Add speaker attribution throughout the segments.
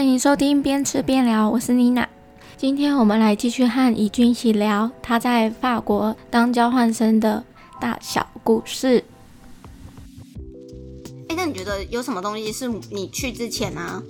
Speaker 1: 迎收听边吃边聊，我是妮娜。今天我们来继续和怡君一起聊她在法国当交换生的大小故事。
Speaker 2: 哎，那你觉得有什么东西是你去之前啊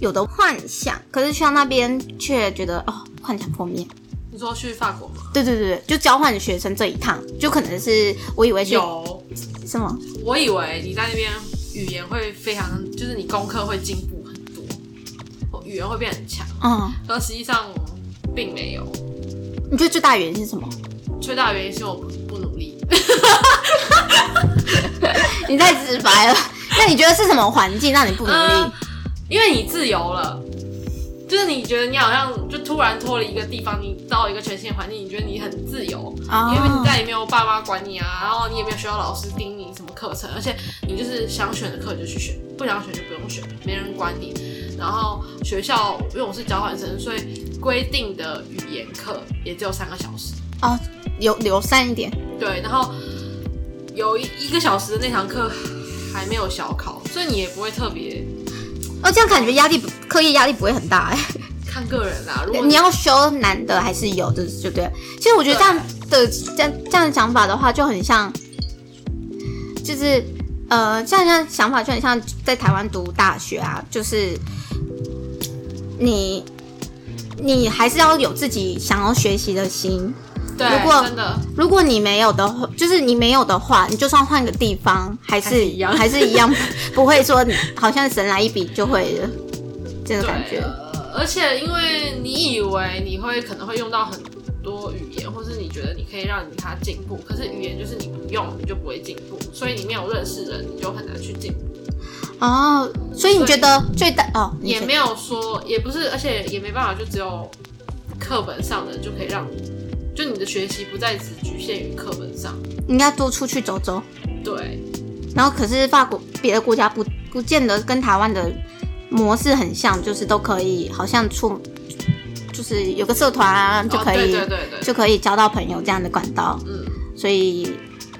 Speaker 2: 有的幻想，可是去到那边却觉得哦幻想破灭？
Speaker 3: 你说去法国吗？
Speaker 2: 对对对对，就交换学生这一趟，就可能是我以为是
Speaker 3: 有，
Speaker 2: 什么
Speaker 3: 我以为你在那边语言会非常，就是你功课会进步很多，我语言会变很强，
Speaker 2: 嗯，
Speaker 3: 但实际上并没有。
Speaker 2: 你觉得最大原因是什么？
Speaker 3: 最大的原因是我不不努 力，
Speaker 2: 你太直白了。那你觉得是什么环境让你不努力
Speaker 3: 嗯？因为你自由了，就是你觉得你好像就突然脱离一个地方，你到一个全新的环境，你觉得你很自由，
Speaker 2: 哦
Speaker 3: 因为你再也没有爸妈管你啊，然后你也没有学校老师盯你什么课程，而且你就是想选的课你就去选，不想选就不用选，没人管你。然后学校因为我是交换生，所以规定的语言课也只有三个小时，
Speaker 2: 哦，留留散一点，
Speaker 3: 对，然后有一一个小时的那堂课还没有小考，所以你也不会特别
Speaker 2: 哦，这样感觉压力不课业压力不会很大哎、
Speaker 3: 看个人啦。如果
Speaker 2: 你要修难的还是有，这就对了。其实我觉得这样的这样这样的想法的话，就很像，就是呃，这样这样想法就很像在台湾读大学啊，就是你你还是要有自己想要学习的心。
Speaker 3: 对，
Speaker 2: 如果
Speaker 3: 真的
Speaker 2: 如果你没有的话，就是你没有的话，你就算换个地方，还是
Speaker 3: 还是一样
Speaker 2: 还是一样，不会说你好像神来一笔就会了这种感
Speaker 3: 对，
Speaker 2: 觉。
Speaker 3: 呃而且因为你以为你会可能会用到很多语言，或是你觉得你可以让你它进步，可是语言就是你不用你就不会进步，所以你没有认识人，你就很难去进步。
Speaker 2: 哦，所以你觉得最大哦，你
Speaker 3: 也
Speaker 2: 觉得
Speaker 3: 没有说，也不是，而且也没办法，就只有课本上的就可以让你，就你的学习不再只局限于课本上。
Speaker 2: 应该多出去走走。
Speaker 3: 对，
Speaker 2: 然后可是法国别的国家不不见得跟台湾的模式很像，就是都可以好像出，就是有个社团啊就可以、
Speaker 3: 哦、对对对对，
Speaker 2: 就可以交到朋友这样的管道。
Speaker 3: 嗯，
Speaker 2: 所以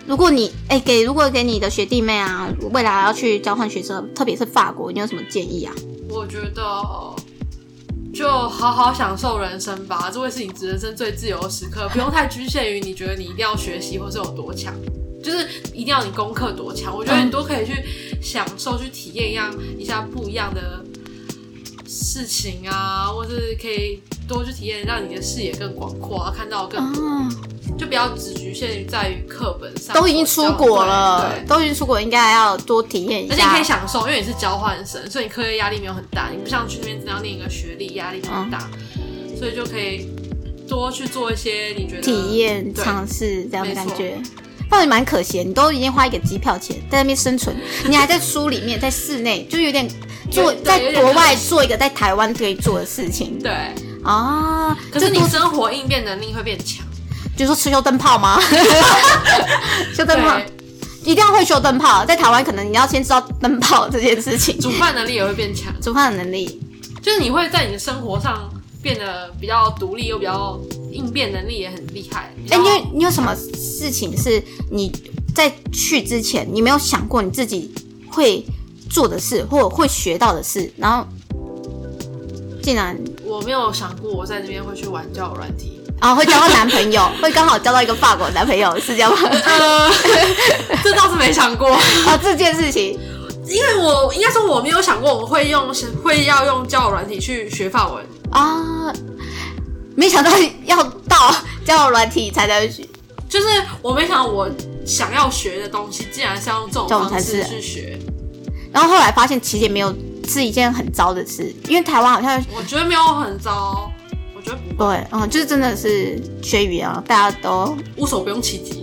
Speaker 2: 如果你哎、给如果给你的学弟妹啊，未来要去交换学生，特别是法国，你有什么建议啊？
Speaker 3: 我觉得就好好享受人生吧，这会是你人生最自由的时刻，不用太局限于你觉得你一定要学习或是有多强，就是一定要你功课多强。我觉得你都可以去享受、去体验一样一下不一样的事情啊，或是可以多去体验，让你的视野更广阔啊，看到更多，
Speaker 2: 哦，
Speaker 3: 就不要只局限于在于课本上。
Speaker 2: 都已经出国了
Speaker 3: 对，对
Speaker 2: 都已经出国，应该要多体验一
Speaker 3: 而且你可以
Speaker 2: 下。
Speaker 3: 享受，因为你是交换生，所以你课业压力没有很大，你不像去那边真的要念一个学历，压力很大，所以就可以多去做一些你觉得
Speaker 2: 嗯体验
Speaker 3: 对
Speaker 2: 尝试这样的感觉
Speaker 3: 没，
Speaker 2: 不然蛮可惜的。你都已经花一个机票钱在那边生存，你还在书里面，在室内，就有点做
Speaker 3: 对
Speaker 2: 在
Speaker 3: 有点
Speaker 2: 国
Speaker 3: 可
Speaker 2: 外
Speaker 3: 惜
Speaker 2: 做一个在台湾可以做的事情
Speaker 3: 对。
Speaker 2: 啊。
Speaker 3: 可是
Speaker 2: 这
Speaker 3: 你
Speaker 2: 多
Speaker 3: 生活应变能力会变强，
Speaker 2: 比如说吃修灯泡 吗？修灯泡
Speaker 3: 对，
Speaker 2: 一定要会修灯泡，在台湾可能你要先知道灯泡这件事情，
Speaker 3: 煮饭能力也会变强，
Speaker 2: 煮饭的能力。
Speaker 3: 就是你会在你的生活上变得比较独立，又比较应变能力也很厉害。
Speaker 2: 哎、
Speaker 3: 然
Speaker 2: 你
Speaker 3: 后
Speaker 2: 有你有什么事情是你在去之前你没有想过你自己会做的事，或者会学到的事，然后竟然
Speaker 3: 我没有想过我在那边会去玩交友软 体，
Speaker 2: 啊会交到男朋友， 会刚好交到一个法国男朋友，是这样吗？
Speaker 3: 呃，这倒是没想过。
Speaker 2: 啊，这件事情
Speaker 3: 因为我应该说我没有想过我们会用会要用交友软体去学法文，
Speaker 2: 啊，没想到要到交友软体才能学
Speaker 3: 就是我没想到我想要学的东西，竟然是要用这种
Speaker 2: 这种
Speaker 3: 方式
Speaker 2: 才是啊
Speaker 3: 去学。
Speaker 2: 然后后来发现其实也没有是一件很糟的事，因为台湾好像
Speaker 3: 我觉得没有很糟，我觉得不
Speaker 2: 对，嗯，就是真的是学语言啊，大家都
Speaker 3: 无所不用其极，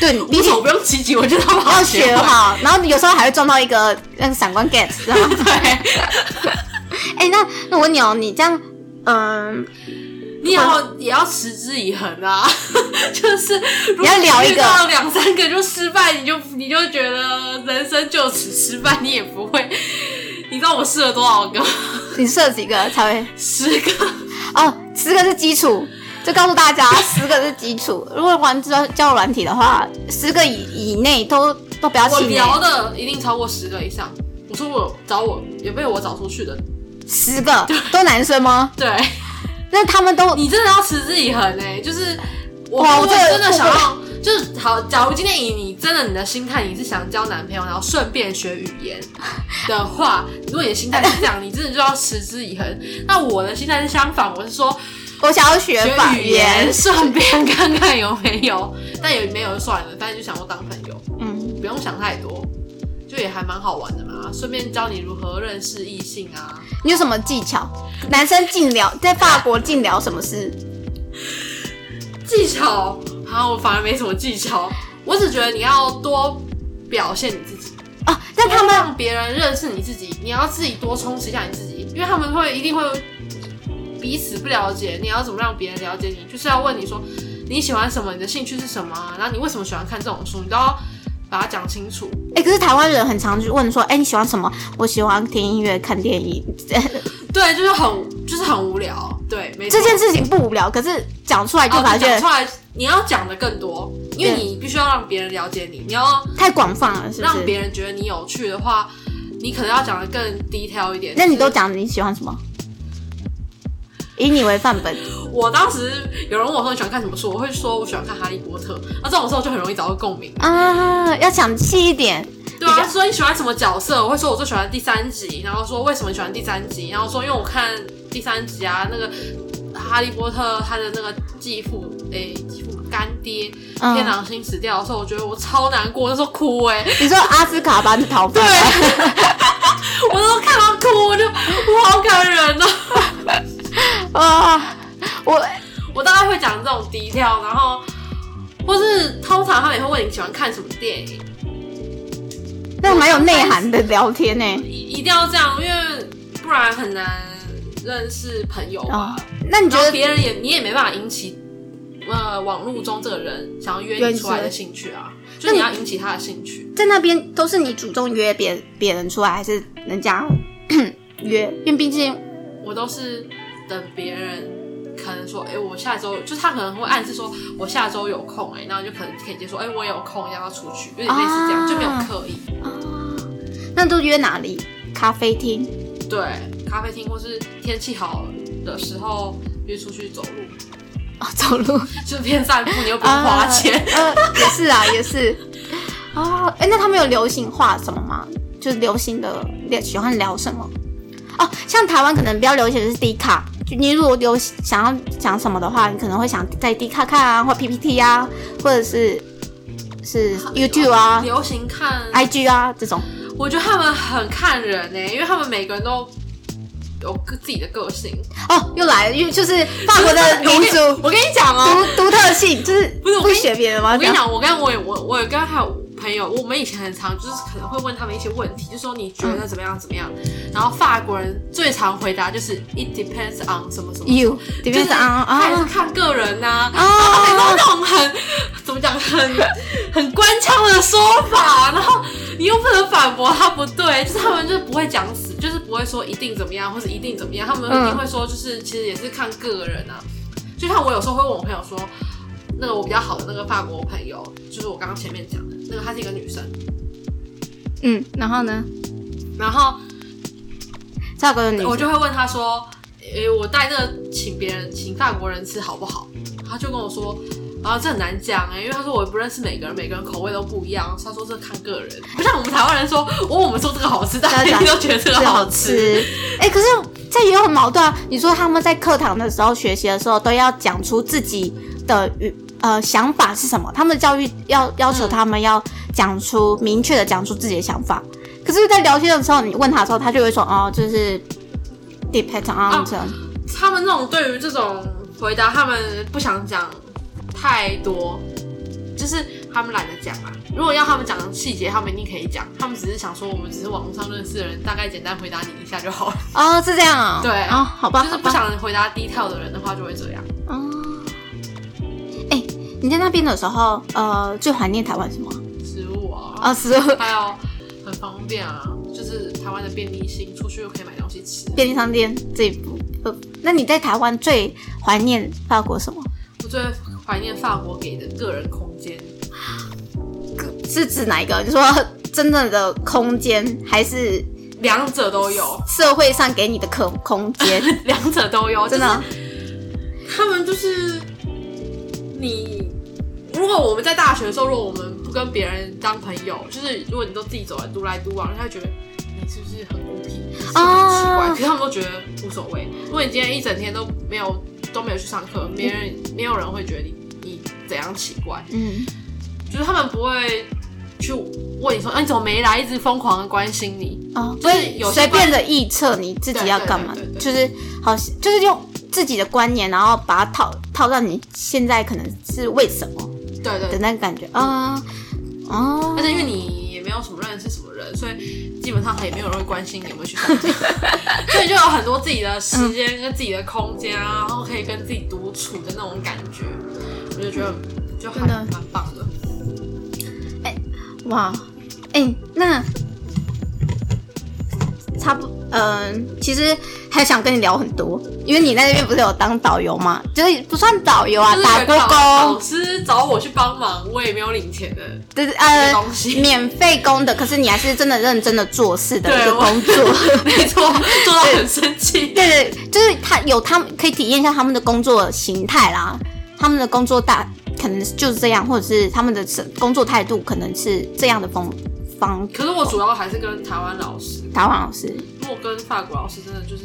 Speaker 2: 对，
Speaker 3: 无
Speaker 2: 毕竟
Speaker 3: 所不用 其极，我觉得他们
Speaker 2: 要
Speaker 3: 好
Speaker 2: 学
Speaker 3: 好。
Speaker 2: 好，然后有时候还会撞到一个那个闪光 get，知道吗？
Speaker 3: 对，
Speaker 2: 哎、那那我问你哦，你这样，嗯，
Speaker 3: 你也要也要持之以恒啊， 就是如
Speaker 2: 你
Speaker 3: 果
Speaker 2: 要聊一个
Speaker 3: 遇到两三个就失败，你就你就觉得人生就此失败，你也不会，你知道我试了多少个？
Speaker 2: 你设几个才会？
Speaker 3: 十个。
Speaker 2: 哦，十个是基础，就告诉大家，十个是基础。如果玩交交友软体的话，十个以以内都都不要
Speaker 3: 我
Speaker 2: 气馁。
Speaker 3: 聊的一定超过十个以上。我说我找我有被我找出去的
Speaker 2: 十个都男生吗？
Speaker 3: 对，
Speaker 2: 那他们都
Speaker 3: 你真的要持之以恒哎、就是我
Speaker 2: 哇我
Speaker 3: 我
Speaker 2: 这个
Speaker 3: 真的想
Speaker 2: 我
Speaker 3: 要，就是好，假如今天以你真的你的心态，你是想交男朋友，然后顺便学语言 的话，如果你的心态是这样，你真的就要持之以恒。那我的心态是相反，我是说
Speaker 2: 我想要学
Speaker 3: 学
Speaker 2: 法
Speaker 3: 语言，顺便看看有没有，但也没有就算了，反正就想说当朋友，
Speaker 2: 嗯，
Speaker 3: 不用想太多，就也还蛮好玩的嘛，顺便教你如何认识异性啊。
Speaker 2: 你有什么技巧？男生禁聊在法国禁聊什么事？
Speaker 3: 技巧，好、啊像我反而没什么技巧，我只觉得你要多表现你自己，
Speaker 2: 哦，但他们
Speaker 3: 让别人认识你自己，你要自己多充实一下你自己，因为他们会一定会彼此不了解，你要怎么让别人了解你，就是要问你说你喜欢什么，你的兴趣是什么啊，然后你为什么喜欢看这种书，你都要把它讲清楚。
Speaker 2: 哎、可是台湾人很常就问说，哎、你喜欢什么？我喜欢听音乐、看电影。
Speaker 3: 对，就是很就是很无聊，对，没错
Speaker 2: 这件事情不无聊，可是讲出来就
Speaker 3: 哦
Speaker 2: 发
Speaker 3: 你讲
Speaker 2: 现
Speaker 3: 出来，你要讲的更多，因为
Speaker 2: 对
Speaker 3: 你必须要让别人了解你，你要。
Speaker 2: 太广泛了，是不
Speaker 3: 让
Speaker 2: 是？
Speaker 3: 别人觉得你有趣的话，你可能要讲的更 detail 一点。
Speaker 2: 那你都
Speaker 3: 就是
Speaker 2: 讲你喜欢什么？以你为范本，
Speaker 3: 我当时有人问我说你喜欢看什么书，我会说我喜欢看《哈利波特》，那这种时候就很容易找到共鸣。
Speaker 2: 啊，要详细一点。
Speaker 3: 对啊，说你喜欢什么角色，我会说我最喜欢第三集，然后说为什么你喜欢第三集，然后说因为我看第三集啊，那个哈利波特他的那个继父，诶、继父干爹
Speaker 2: 嗯
Speaker 3: 天狼星死掉的时候，我觉得我超难过，那时候哭诶、
Speaker 2: 你说阿斯卡班逃 犯，
Speaker 3: 对， 我都看到哭，我就我好感人哦呐、
Speaker 2: 啊，我
Speaker 3: 我大概会讲这种低调，然后或是通常他们也会问你喜欢看什么电影，
Speaker 2: 那蛮有内涵的聊天欸呢、
Speaker 3: 一一定要这样，因为不然很难认识朋友
Speaker 2: 哦，
Speaker 3: 吧。
Speaker 2: 那你
Speaker 3: 你
Speaker 2: 觉
Speaker 3: 觉得
Speaker 2: 得
Speaker 3: 别人也你也没办法引起呃网络中这个人想要约你出来的兴趣啊，就
Speaker 2: 那
Speaker 3: 是
Speaker 2: 你
Speaker 3: 你要引起他的兴趣。
Speaker 2: 在那边都是你主动约别别人出来，还是人家约？ 因为毕竟
Speaker 3: 我都是等别人。可能说，哎、我下周就是他可能会暗示说，我下周有空、哎，然后你就可能可以接受，哎、我也有空，要不要出去？有点类似这样，
Speaker 2: 啊
Speaker 3: 就没有刻意。
Speaker 2: 那都约哪里？咖啡厅。
Speaker 3: 对，咖啡厅或是天气好的时候约出去走路，
Speaker 2: 哦，走路
Speaker 3: 就是边散步你又不用 花钱。
Speaker 2: 呃，呃也是啊，也是。哦，哎、那他们有流行话什么吗？就是流行的喜欢聊什么？哦，像台湾可能比较流行的是 D 卡，就你如果有想要讲什么的话，你可能会想在 D 卡看啊，或 PPT 啊，或者是是 YouTube 啊、
Speaker 3: 流行看，
Speaker 2: IG 啊这种。
Speaker 3: 我觉得他们很看人呢、因为他们每个人都有各自己的个性。
Speaker 2: 哦，又来了，因为就是法国的
Speaker 3: 就是
Speaker 2: 民族
Speaker 3: 我跟你我跟你讲哦、
Speaker 2: 独独特性，就是
Speaker 3: 不是我
Speaker 2: 不
Speaker 3: 跟你
Speaker 2: 学别人吗？
Speaker 3: 我跟你
Speaker 2: 这样
Speaker 3: 讲，我跟我有我我有跟还有朋友，我们以前很常就是可能会问他们一些问题，就说你觉得怎么样怎么样，然后法国人最常回答就是 it depends on 什么什么。
Speaker 2: you
Speaker 3: 就是哎
Speaker 2: depends on
Speaker 3: 他也是
Speaker 2: 啊
Speaker 3: 看个人呐、
Speaker 2: 啊
Speaker 3: 然后那种很怎么讲，很很官腔的说 法，然后你又不能反驳他不对，就是他们就是不会讲死，就是不会说一定怎么样，或是一定怎么样，他们一定会说就是其实也是看个人啊。就像我有时候会问我朋友说，那个我比较好的那个法国朋友，就是我刚刚前面讲的那个，她是一个女生，
Speaker 2: 嗯，然后呢？
Speaker 3: 然后
Speaker 2: 法国的女生
Speaker 3: 我就会问他说：“诶、我带这个请别人请法国人吃好不好？”他就跟我说：“啊，这很难讲哎、因为他说我也不认识每个人，每个人口味都不一样。他说这看个人，不像我们台湾人说，哦我我们说这个好吃，大家
Speaker 2: 大家
Speaker 3: 一定都觉得 这个
Speaker 2: 是
Speaker 3: 好
Speaker 2: 好
Speaker 3: 吃。
Speaker 2: 吃。哎、可是这也有矛盾啊！你说他们在课堂的时候学习的时候，都要讲出自己的语呃想法是什么，他们的教育要要求他们要讲出、明确的讲出自己的想法。可是，在聊天的时候，你问他的时候，他就会说哦，就是 depend
Speaker 3: 哦
Speaker 2: on 这样、
Speaker 3: 他们那种对于这种回答，他们不想讲太多，就是他们懒得讲啊。如果要他们讲细节，他们一定可以讲。他们只是想说，我们只是网络上认识的人，大概简单回答你一下就好了。
Speaker 2: 哦，是这样啊、哦，
Speaker 3: 对
Speaker 2: 哦，好吧，
Speaker 3: 就是
Speaker 2: 好
Speaker 3: 不
Speaker 2: 吧，
Speaker 3: 想回答 detail 的人的话，就会这样。
Speaker 2: 哦，哎、你在那边的时候，呃，最怀念台湾什么？
Speaker 3: 食物啊，
Speaker 2: 哦，食物，
Speaker 3: 还有很方便啊，就是台湾的便利性，出去又可以买东西吃。
Speaker 2: 便利商店这一步。呃那你在台湾最怀念法国什么？
Speaker 3: 我最怀念法国给的个人空间，
Speaker 2: 是指哪一个？你说真正的空间，还是
Speaker 3: 两者都 有，
Speaker 2: 社会上给你的可空 间，
Speaker 3: 两者都有，
Speaker 2: 真的啊
Speaker 3: 就是他们就是你。如果我们在大学的时候，如果我们不跟别人当朋友，就是如果你都自己走来独来独往，人家会觉得你是不是很孤僻，你是不是很奇怪。
Speaker 2: 啊
Speaker 3: 可是他们都觉得无所谓。如果你今天一整天都没有都没有去上课，别人没有人会觉得你你怎样奇怪，
Speaker 2: 嗯，
Speaker 3: 就是他们不会去问你说，哎、你怎么没来？一直疯狂的关心你。
Speaker 2: 哦，
Speaker 3: 就
Speaker 2: 所
Speaker 3: 是
Speaker 2: 以
Speaker 3: 有些
Speaker 2: 随便
Speaker 3: 观
Speaker 2: 的臆测你自己要干嘛
Speaker 3: 对对，对
Speaker 2: 就是好，就是用自己的观念，然后把它套套到你现在可能是为什么
Speaker 3: 对对
Speaker 2: 的那个感觉，啊、哦，
Speaker 3: 而且因为你也没有什么认识什么人，所以基本上也没有人会关心你有没有去上 进，所以就有很多自己的时间跟自己的空间啊，然后可以跟自己独处的那种感觉，我就觉得就还
Speaker 2: 真的
Speaker 3: 蛮棒的。
Speaker 2: 哇，哎、那差不，嗯、其实还想跟你聊很多，因为你在那边不是有当导游嘛，就是不算导游啊
Speaker 3: 就，是
Speaker 2: 打
Speaker 3: 有个老
Speaker 2: 过
Speaker 3: 老
Speaker 2: 工，
Speaker 3: 师找我去帮忙，我也没有领钱的，
Speaker 2: 就是
Speaker 3: 这
Speaker 2: 呃
Speaker 3: 个东西
Speaker 2: 免费工的，可是你还是真的认真的做事的一
Speaker 3: 对
Speaker 2: 个
Speaker 3: 我
Speaker 2: 工作。
Speaker 3: 没错，做到很生气。
Speaker 2: 对对，对就是他有他们可以体验一下他们的工作形态啦，他们的工作大可能就是这样，或者是他们的生工作态度可能是这样的风方。
Speaker 3: 可是我主要还是跟台湾老师，
Speaker 2: 台湾老师，
Speaker 3: 因为我跟法国老师真的就是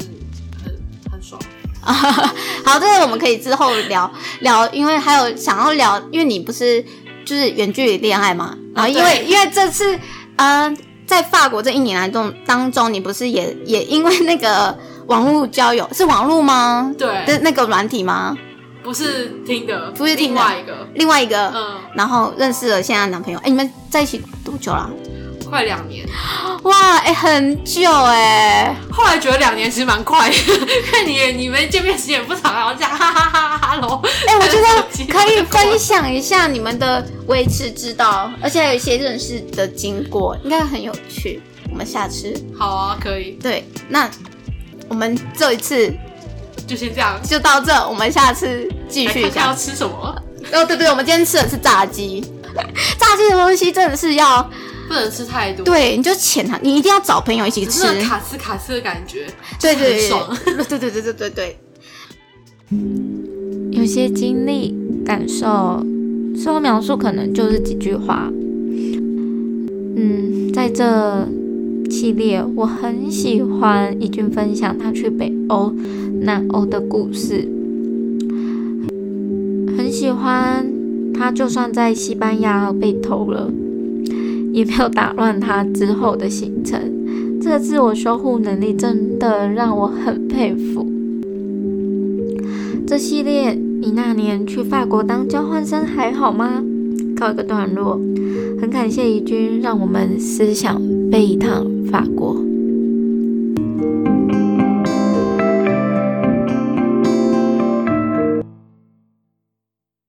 Speaker 3: 很很爽。
Speaker 2: 好，这个我们可以之后聊聊，因为还有想要聊，因为你不是就是远距离恋爱嘛，然后因为、
Speaker 3: 啊对
Speaker 2: 因为这次呃，在法国这一年来中当中，你不是也也因为那个网络交友是网络吗？
Speaker 3: 对，
Speaker 2: 那那个软体吗？
Speaker 3: 不是听的，
Speaker 2: 不是听的
Speaker 3: 另外一个，
Speaker 2: 另外一个，
Speaker 3: 嗯，
Speaker 2: 然后认识了现在的男朋友。哎、你们在一起多久啦、
Speaker 3: 快两年。哦
Speaker 2: 哇，哎、很久哎、
Speaker 3: 后来觉得两年其实蛮快的， 看你也你们见面时间也不长，然后这样哈哈哈哈哈喽。
Speaker 2: 哎、我觉
Speaker 3: 手机
Speaker 2: 得可以分享一下你们的维持之道，而且还有一些认识的经过，应该很有趣。我们下次
Speaker 3: 好啊，可以，
Speaker 2: 对，那我们这一次
Speaker 3: 就先这样。
Speaker 2: 就到这，我们下次继续
Speaker 3: 来看
Speaker 2: 一
Speaker 3: 看
Speaker 2: 下。
Speaker 3: 要吃什么，
Speaker 2: 哦，对对，我们今天吃的是炸鸡， 炸鸡的东西真的是要
Speaker 3: 不能吃太多。，
Speaker 2: 对，你就浅尝，你一定要找朋友一起
Speaker 3: 只
Speaker 2: 吃
Speaker 3: 是。那种卡斯卡斯的感觉。
Speaker 2: 对对
Speaker 3: 很爽
Speaker 2: 对对对对对对对。
Speaker 1: 有些经历、感受，事后描述可能就是几句话。嗯，在这系列，我很喜欢怡君分享他去北欧、南欧的故事，很喜欢他就算在西班牙被偷了，也没有打乱他之后的行程。这个自我修护能力真的让我很佩服。这系列你那年去法国当交换生还好吗？告一个段落，很感谢怡君让我们思想飞一趟法国。